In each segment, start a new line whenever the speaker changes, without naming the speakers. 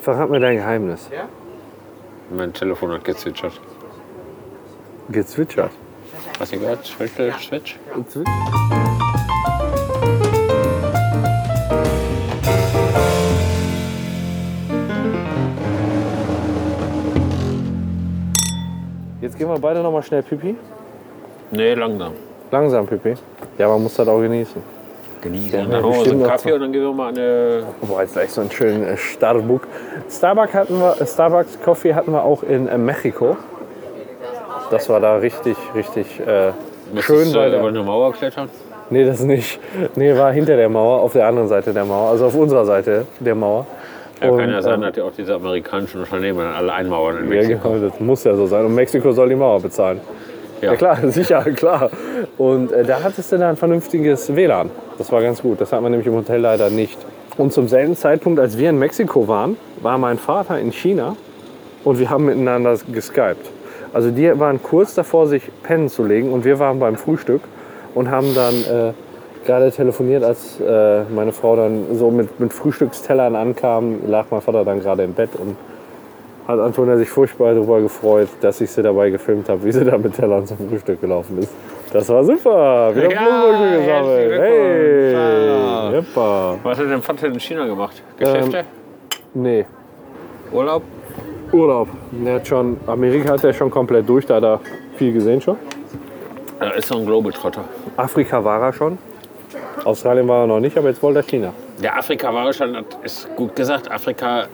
Verrat mir dein Geheimnis.
Mein Telefon hat gezwitschert.
Gezwitschert.
Hast du gehört? Schwitzel, schwitsch.
Jetzt gehen wir beide nochmal schnell Pipi.
Nee, langsam.
Langsam Pipi. Ja, man muss das auch genießen.
Genießen.
Ja,
Dann holen wir uns
bestimmt
einen
noch
Kaffee und dann gehen wir mal eine.
Boah, jetzt gleich so einen schönen äh, Starbuck. Starbucks hatten wir, äh, Starbucks Coffee hatten wir auch in äh, Mexiko. Das war da richtig, richtig äh, schön.
Müsstest du
Weil
über
da,
eine Mauer klettern.
nee, das nicht. Nee, war hinter der Mauer, auf der anderen Seite der Mauer, also auf unserer Seite der Mauer.
Ja, kann ja sein,
ähm,
dass ja auch diese amerikanischen Unternehmen dann alle einmauern in
ja,
Mexiko.
genau, das muss ja so sein. Und Mexiko soll die Mauer bezahlen. Ja,
Ja.
klar, sicher, klar. Und äh, da hattest du dann ein vernünftiges WLAN. Das war ganz gut. Das hat man nämlich im Hotel leider nicht. Und zum selben Zeitpunkt, als wir in Mexiko waren, war mein Vater in China und wir haben miteinander geskypt. Also die waren kurz davor, sich pennen zu legen und wir waren beim Frühstück und haben dann äh, gerade telefoniert, als äh, meine Frau dann so mit, mit Frühstückstellern ankam, lag mein Vater dann gerade im Bett und hat Antonia sich furchtbar darüber gefreut, dass ich sie dabei gefilmt habe, wie sie da mit Tellern zum Frühstück gelaufen ist. Das war super. Wir haben
Ja,
Blumenbrüche gesammelt.
herzlichen
Hey, Jeppa.
Was hat denn Vater in China gemacht? Geschäfte?
Nee,
Ähm, Urlaub?
Urlaub. Der hat schon, Amerika hat er schon komplett durch, da hat er viel gesehen schon.
Da ist so ein Globetrotter.
Afrika war er schon. Australien war er noch nicht, aber jetzt wollte er China.
Der Afrika war schon, das ist gut gesagt, Afrika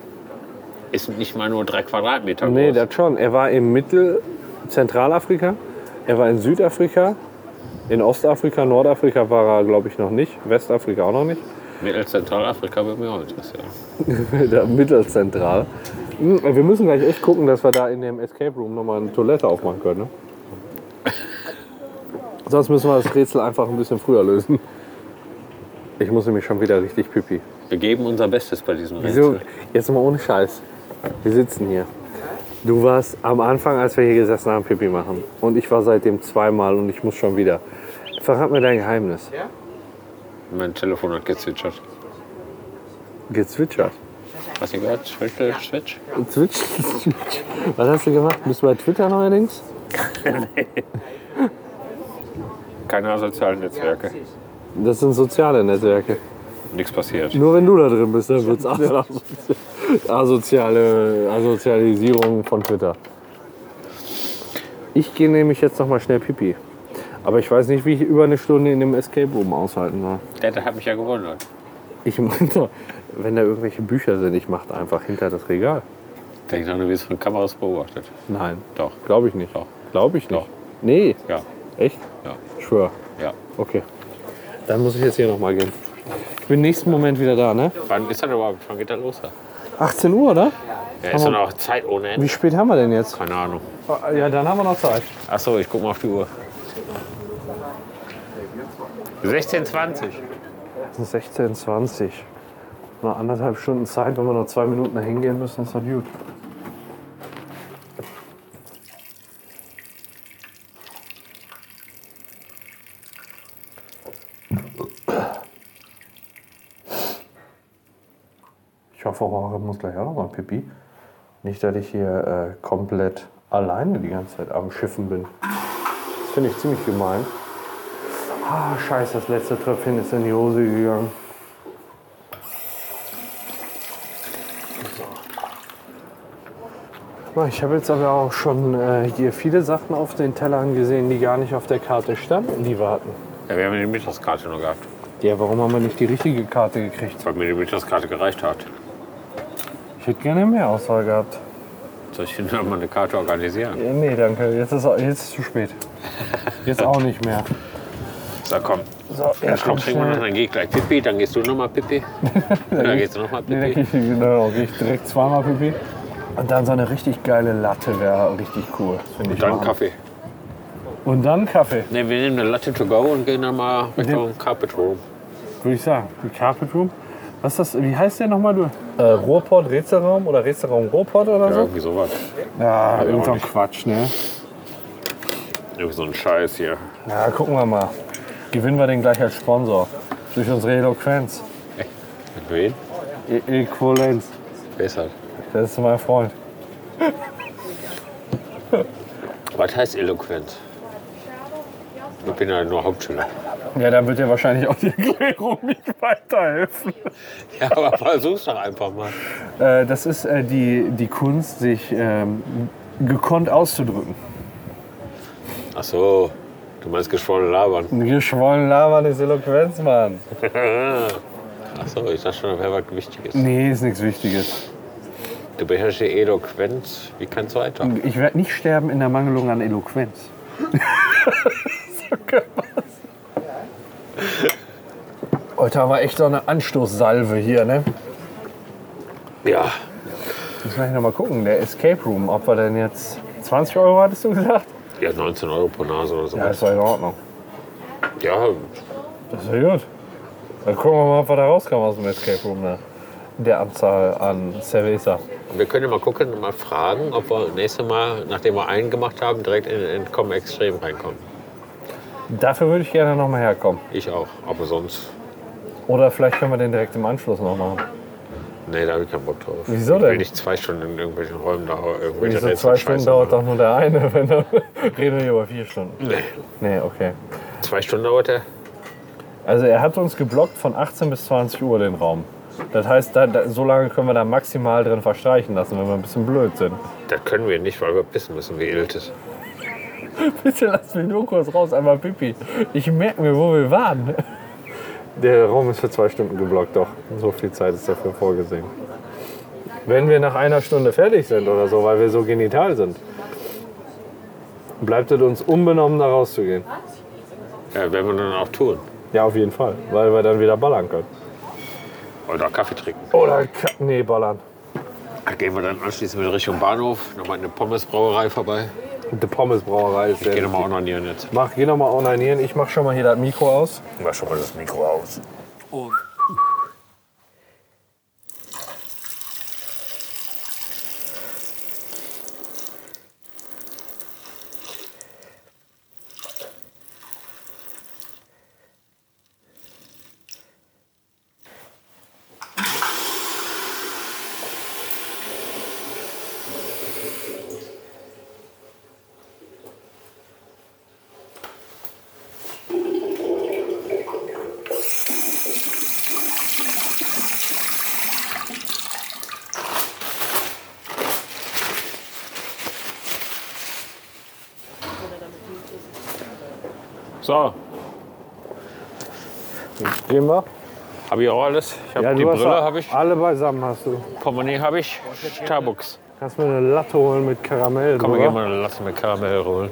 ist nicht mal nur drei Quadratmeter groß.
Nee, das schon. Er war in Mittel-, Zentralafrika, er war in Südafrika, in Ostafrika, Nordafrika war er, glaube ich, noch nicht, Westafrika auch noch nicht.
Mittelzentralafrika wird mir auch interessieren.
Der Mittelzentral. Hm, Wir müssen gleich echt gucken, dass wir da in dem Escape Room nochmal eine Toilette aufmachen können. Ne? Sonst müssen wir das Rätsel einfach ein bisschen früher lösen. Ich muss nämlich schon wieder richtig pipi.
Wir geben unser Bestes bei diesem
Wieso?
Rätsel.
Jetzt mal ohne Scheiß. Wir sitzen hier. Du warst am Anfang, als wir hier gesessen haben, Pipi machen. Und ich war seitdem zweimal und ich muss schon wieder. Verrat mir dein Geheimnis.
Mein Telefon hat gezwitschert.
Gezwitschert.
Hast du gehört? Schwitzel, schwitsch.
Zwitsch, zwitsch. Was hast du gemacht? Bist du bei Twitter neuerdings?
Keine sozialen Netzwerke.
Das sind soziale Netzwerke.
Nichts passiert.
Nur wenn du da drin bist, dann wird es asoziale Asozialisierung von Twitter. Ich gehe nämlich jetzt noch mal schnell pipi. Aber ich weiß nicht, wie ich über eine Stunde in dem Escape Room aushalten soll.
Der, der hat mich ja gewundert.
Ich meine, wenn da irgendwelche Bücher sind, ich mache einfach hinter das Regal.
Ich denke dann, du wirst von Kameras beobachtet.
Nein,
Doch.
glaube ich nicht.
Doch.
Glaube ich nicht.
Doch.
Nee,
Ja,
echt?
ja,
Schwör.
ja.
Okay. Dann muss ich jetzt hier noch mal gehen. Ich bin nächsten Moment wieder da, ne?
Wann ist das überhaupt? Wann geht das los? da?
18 Uhr, oder?
Ja, ist doch noch Zeit ohne Ende.
Wie spät haben wir denn jetzt?
Keine Ahnung.
Ja, dann haben wir noch Zeit.
Achso, ich guck mal auf die Uhr. 16.20.
16, 20. Noch anderthalb Stunden Zeit, wenn wir noch zwei Minuten da hingehen müssen, ist doch gut. Ich hoffe, Rohre muss gleich auch noch mal pipi. Nicht, dass ich hier äh, komplett alleine die ganze Zeit am Schiffen bin. Das finde ich ziemlich gemein. Ah, scheiße, das letzte Tröpfchen ist in die Hose gegangen. Na, Ich habe jetzt aber auch schon äh, hier viele Sachen auf den Tellern gesehen, die gar nicht auf der Karte standen, die warten.
Ja, wir haben die Mittagskarte nur gehabt,
Ja, warum haben wir nicht die richtige Karte gekriegt?
weil mir die Mittagskarte gereicht hat.
Ich hätte gerne mehr Auswahl gehabt.
Soll ich denn da mal eine Karte organisieren?
Ja, Äh, nee, danke. Jetzt ist, auch- jetzt ist zu spät. Jetzt auch nicht mehr.
So, komm.
So,
Ja,
jetzt
komm,
kommt
trinken wir noch,
schnell.
dann geh ich gleich Pipi, dann gehst du nochmal Pipi. dann gehst du nochmal
Nee, da
Pipi.
gehe ich, genau, geh ich direkt zweimal Pipi. Und dann so eine richtig geile Latte wäre richtig cool, finde ich.
Dann
machen.
Kaffee.
Und dann Kaffee,
Ne, wir nehmen eine Latte to go und gehen dann mal Richtung Carpet Room.
würde ich sagen. Die Carpet Room. Was ist das, wie heißt der nochmal? Du? Äh, Ruhrpott, Rätselraum oder Rätselraum Ruhrpott oder
Ja,
so?
irgendwie sowas.
Ja,
ich auch
irgendein
nicht.
Quatsch, ne?
Irgendwie so ein Scheiß hier.
Ja, gucken wir mal. Gewinnen wir den gleich als Sponsor. Durch unsere Eloquenz.
Mit wen?
E Äquivalenz.
Wer ist das?
Das ist mein Freund.
Was heißt eloquent? Ich bin ja nur Hauptschüler.
Ja, dann wird dir wahrscheinlich auch die Erklärung nicht weiterhelfen.
Ja, aber versuch's doch einfach mal.
Äh, das ist äh, die, die Kunst, sich ähm, gekonnt auszudrücken.
Ach so, du meinst geschwollene Labern.
Geschwollen labern ist Eloquenz, Mann.
Ach so, ich dachte schon, wäre was Wichtiges.
Nee, ist nichts Wichtiges.
Du beherrschst die Eloquenz wie kein zweiter.
Ich werde nicht sterben in der Mangelung an Eloquenz. Heute haben wir echt so eine Anstoßsalve hier, ne?
Ja,
Müssen wir noch mal gucken, der Escape Room, ob wir denn jetzt 20 Euro hattest du gesagt?
ja 19 Euro pro Nase oder so.
Ja, ist doch in Ordnung.
Ja,
Das ist ja gut. Dann gucken wir mal, ob wir da rauskommen aus dem Escape Room ne? nach der Anzahl an Cerveza.
wir können ja mal gucken und mal fragen, ob wir nächstes Mal, nachdem wir einen gemacht haben, direkt in den Entkommen extrem reinkommen.
Dafür würde ich gerne nochmal herkommen.
Ich auch, aber sonst,
Oder vielleicht können wir den direkt im Anschluss noch machen.
nee, da habe ich keinen Bock drauf.
Wieso
ich
denn?
Will nicht zwei Stunden in irgendwelchen Räumen da irgendwelche
Diese
Rätsel
zwei Stunden
scheißen
dauert
machen.
doch nur der eine, wenn dann reden wir hier über vier Stunden.
Nee,
Nee, okay.
zwei Stunden dauert der.
Also er hat uns geblockt von 18 bis 20 Uhr den Raum. Das heißt, da, da, so lange können wir da maximal drin verstreichen lassen, wenn wir ein bisschen blöd sind.
Das können wir nicht, weil wir pissen müssen, wie Iltis.
Bitte lass mich nur kurz raus, einmal Pipi. Ich merke mir, wo wir waren. Der Raum ist für zwei Stunden geblockt, doch. So viel Zeit ist dafür vorgesehen. Wenn wir nach einer Stunde fertig sind oder so, weil wir so genital sind, bleibt es uns unbenommen, da rauszugehen.
Ja, werden wir dann auch tun.
Ja, auf jeden Fall, weil wir dann wieder ballern können.
Oder Kaffee trinken.
Oder, Ka- nee, ballern.
Da gehen wir dann anschließend wieder Richtung Bahnhof, nochmal in eine Pommesbrauerei vorbei.
Die Pommesbrauerei ist
Geh
sehr
nochmal onanieren jetzt.
Mach, geh nochmal onanieren. Ich mach schon mal hier das Mikro aus.
Mach schon mal das Mikro aus. So,
Gehen wir?
habe ich auch alles. Ich habe
Ja,
die
du hast
Brille,
ja
habe ich.
Alle beisammen hast du.
Portemonnaie habe ich. Starbucks.
Kannst mir eine Latte holen mit Karamell.
Komm, wir
drüber.
gehen mal eine Latte mit Karamell holen.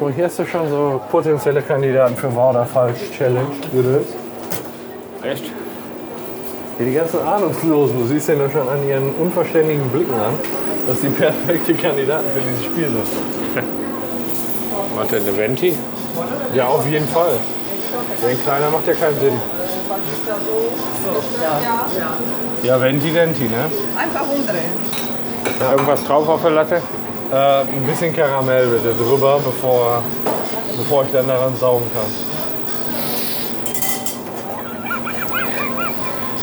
Und hier hast du schon so potenzielle Kandidaten für Wahr oder Falsch Challenge. gelöst.
Echt?
Hier die ganzen Ahnungslosen, du siehst denen doch schon an ihren unverständigen Blicken an, dass die perfekte Kandidaten für dieses Spiel sind.
Warte, eine Venti?
Ja, auf jeden Fall. Denn kleiner macht ja keinen Sinn. Ja, Venti Denti, ne?
Einfach umdrehen.
Da irgendwas drauf auf der Latte?
Äh, ein bisschen Karamell bitte drüber, bevor, bevor ich dann daran saugen kann.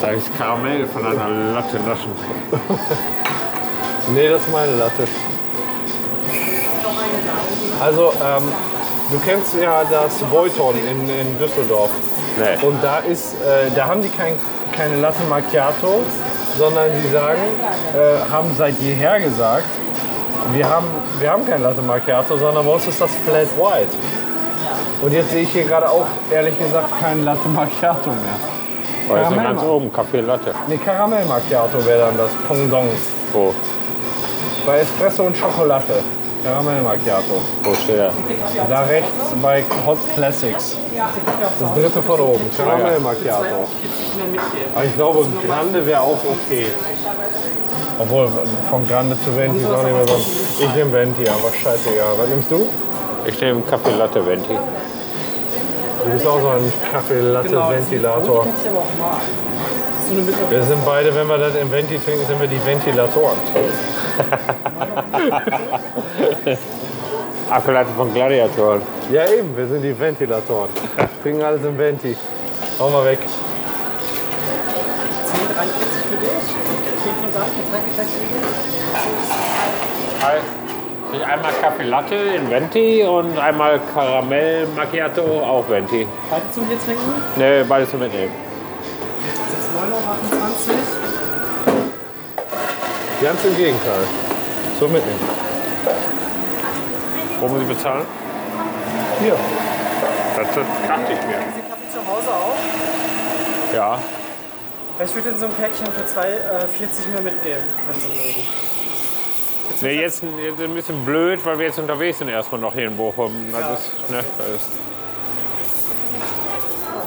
Da ist Karamell von einer Latte lassen.
Nee, das ist meine Latte. Also, ähm, du kennst ja das Voiton in, in Düsseldorf.
Nee.
Und da ist, äh, da haben die kein, keine Latte Macchiato, sondern die sagen, äh, haben seit jeher gesagt, wir haben, wir haben kein Latte Macchiato, sondern bei uns ist das Flat White. Und jetzt sehe ich hier gerade auch, ehrlich gesagt, kein Latte Macchiato mehr.
Da ist
Karamell
er ganz
mal.
oben, Kaffee Latte.
Nee, Karamell Macchiato wäre dann das Pendant.
Wo?
Bei Espresso und Schokolade. Karamell Macchiato.
Wo steht er?
Da rechts bei Hot Classics. Das dritte von oben. Caramel Macchiato. Aber ich glaube, Grande wäre auch okay. Obwohl, von Grande zu Venti ist auch nicht mehr so. Ich nehme Venti, aber scheißegal. Was nimmst du?
Ich nehme Kaffee Latte Venti.
Du bist auch so ein
Genau,
Kaffee-Latte-Ventilator. Wir sind beide, wenn wir das im Venti trinken, sind wir die Ventilatoren.
Apfellatte von Gladiatoren.
Ja, eben, wir sind die Ventilatoren. Trinken alles im Venti. Hau mal weg.
10,43 für dich, 5,30
Einmal Kaffee Latte in Venti und einmal Karamell Macchiato auch Venti.
Beide zum Bier trinken.
Ne, beides zum Mitnehmen.
Das ist 9,28 Euro.
Ganz im Gegenteil. So mitnehmen.
Wo muss ich bezahlen?
Hier.
Das dachte ich mir.
Sie Kaffee zu Hause auch.
Ja.
Ich würde in so einem Päckchen für 2,40 äh, 40 mir mitgeben, wenn Sie mögen.
Nee, jetzt, jetzt ein bisschen blöd, weil wir jetzt unterwegs sind erstmal noch hier in Bochum. Das ist, ne, das ist,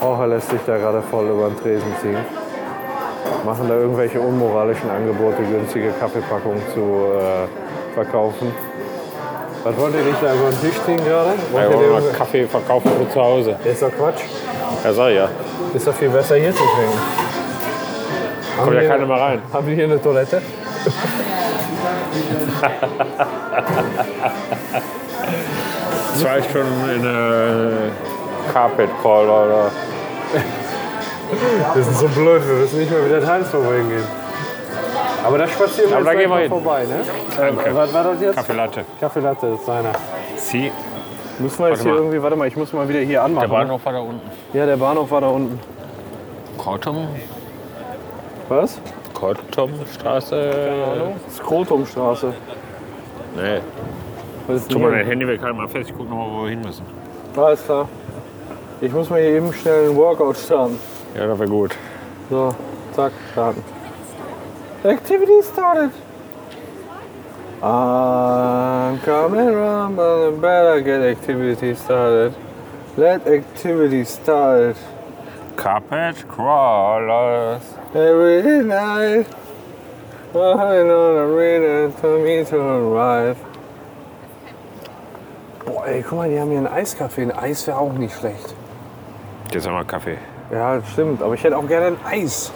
Raucher lässt sich da gerade voll über den Tresen ziehen. Machen da irgendwelche unmoralischen Angebote, günstige Kaffeepackungen zu äh, verkaufen. Was wollt ihr nicht da über den Tisch ziehen gerade?
ja,
Wollt ihr
wollen wir mal
irgendwel-
Kaffee verkaufen für zu Hause.
Ist doch Quatsch.
Ja, sag ich ja.
Ist doch viel besser hier zu trinken. Haben
Kommt ja
wir-
keiner mehr rein.
Haben wir hier eine Toilette?
Zwei Stunden in äh, Carpet Call oder.
Wir sind so blöd, wir wissen nicht mehr, wie der Teilsprobe hingeht. Aber da spazieren wir
Aber
jetzt
da gehen wir
gleich
hin.
mal vorbei, ne?
Danke.
Was war das jetzt?
Kaffee Latte.
Kaffee Latte ist seiner.
Sie.
Müssen wir jetzt
Warte
hier
mal.
irgendwie, warte mal, ich muss mal wieder hier anmachen.
war da unten.
Ja, der Bahnhof war da unten.
Kortum?
Was?
Kortumstraße?
Skrotumstraße.
Nee.
Was ist
Tu
denn
mal
hier?
dein Handy weg, halt mal fest. Ich guck nochmal, wo wir hin müssen.
Alles klar. Ich muss mir hier eben schnell einen Workout starten.
Ja, das wäre gut.
So, zack, starten. Activity started. I'm coming around, but I better get activity started. Let activity start
Carpet Crawlers.
every night. Walking on a arena to me to arrive. Boah, ey, guck mal, die haben hier einen Eiskaffee. Ein Eis wäre auch nicht schlecht.
Jetzt haben wir Kaffee.
Ja, stimmt. Aber ich hätte auch gerne ein Eis.